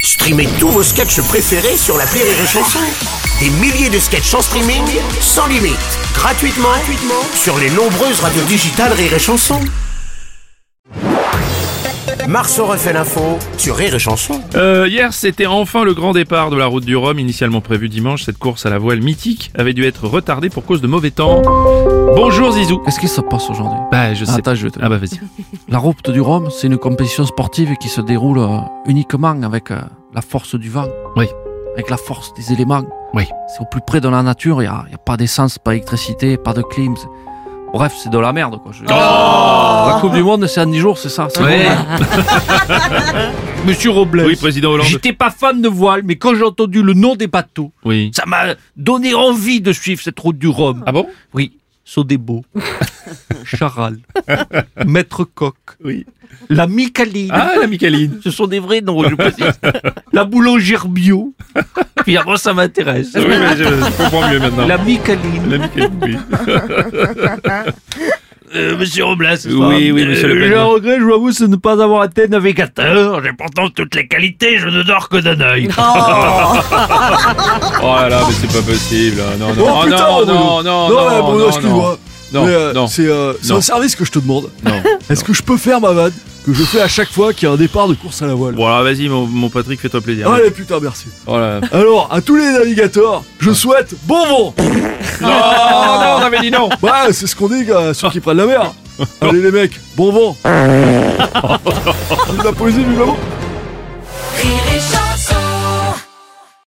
Streamez tous vos sketchs préférés sur la Rire et Chanson. Des milliers de sketchs en streaming, sans limite, gratuitement, gratuitement sur les nombreuses radios digitales Rire et Chanson. Marceau refait l'info sur Rire et Chanson. Euh, hier, c'était enfin le grand départ de la route du Rhum, initialement prévu dimanche. Cette course à la voile mythique avait dû être retardée pour cause de mauvais temps. Bonjour Zizou. Qu'est-ce qui se passe aujourd'hui Bah, je sais. Attends, je vais te Ah bah vas-y. La route du Rhum, c'est une compétition sportive qui se déroule euh, uniquement avec euh, la force du vent. Oui. Avec la force des éléments. Oui. C'est au plus près de la nature, il n'y a, y a pas d'essence, pas d'électricité, pas de clim. c'est- Bref, c'est de la merde, quoi. Je- la Coupe du Monde, c'est en 10 jours, c'est ça. c'est bon, hein. Monsieur Robles. Oui, président Hollande. J'étais pas fan de voile, mais quand j'ai entendu le nom des bateaux, Oui. ça m'a donné envie de suivre cette route du Rhum. Ah bon Oui, Sodebo, Charal, Maître Coq, Oui. la Micaline. Ah la Michaeline. Ce sont des vrais noms, je précise. la boulangère bio. Puis avant, ça m'intéresse. Oui, mais je, je comprends mieux maintenant. La Micaline. La Michaeline, oui. Euh, monsieur Robles, c'est ça Oui, oui, monsieur Le Pen. J'ai un regret, je vous avoue, c'est de ne pas avoir été navigateur. J'ai pourtant toutes les qualités, je ne dors que d'un œil. Oh là là, mais c'est pas possible. Non, non, Oh, oh, putain, non, Bruno. non, non, Non, mais non, Bruno, non, excuse-moi. non, Mais, euh, non, C'est euh, c'est Non. un service que je te demande. non. Est-ce que je peux faire ma vanne que je fais à chaque fois qu'il y a un départ de course à la voile Bon alors vas-y, mon, mon Patrick, fais-toi plaisir. Allez, putain, merci. Oh là. là. Alors, à tous les navigateurs, je souhaite bon vent Non, non, on avait dit non. Ouais, c'est ce qu'on dit à ceux qui prennent la mer. Allez, les mecs, bon vent Il l'a posé, évidemment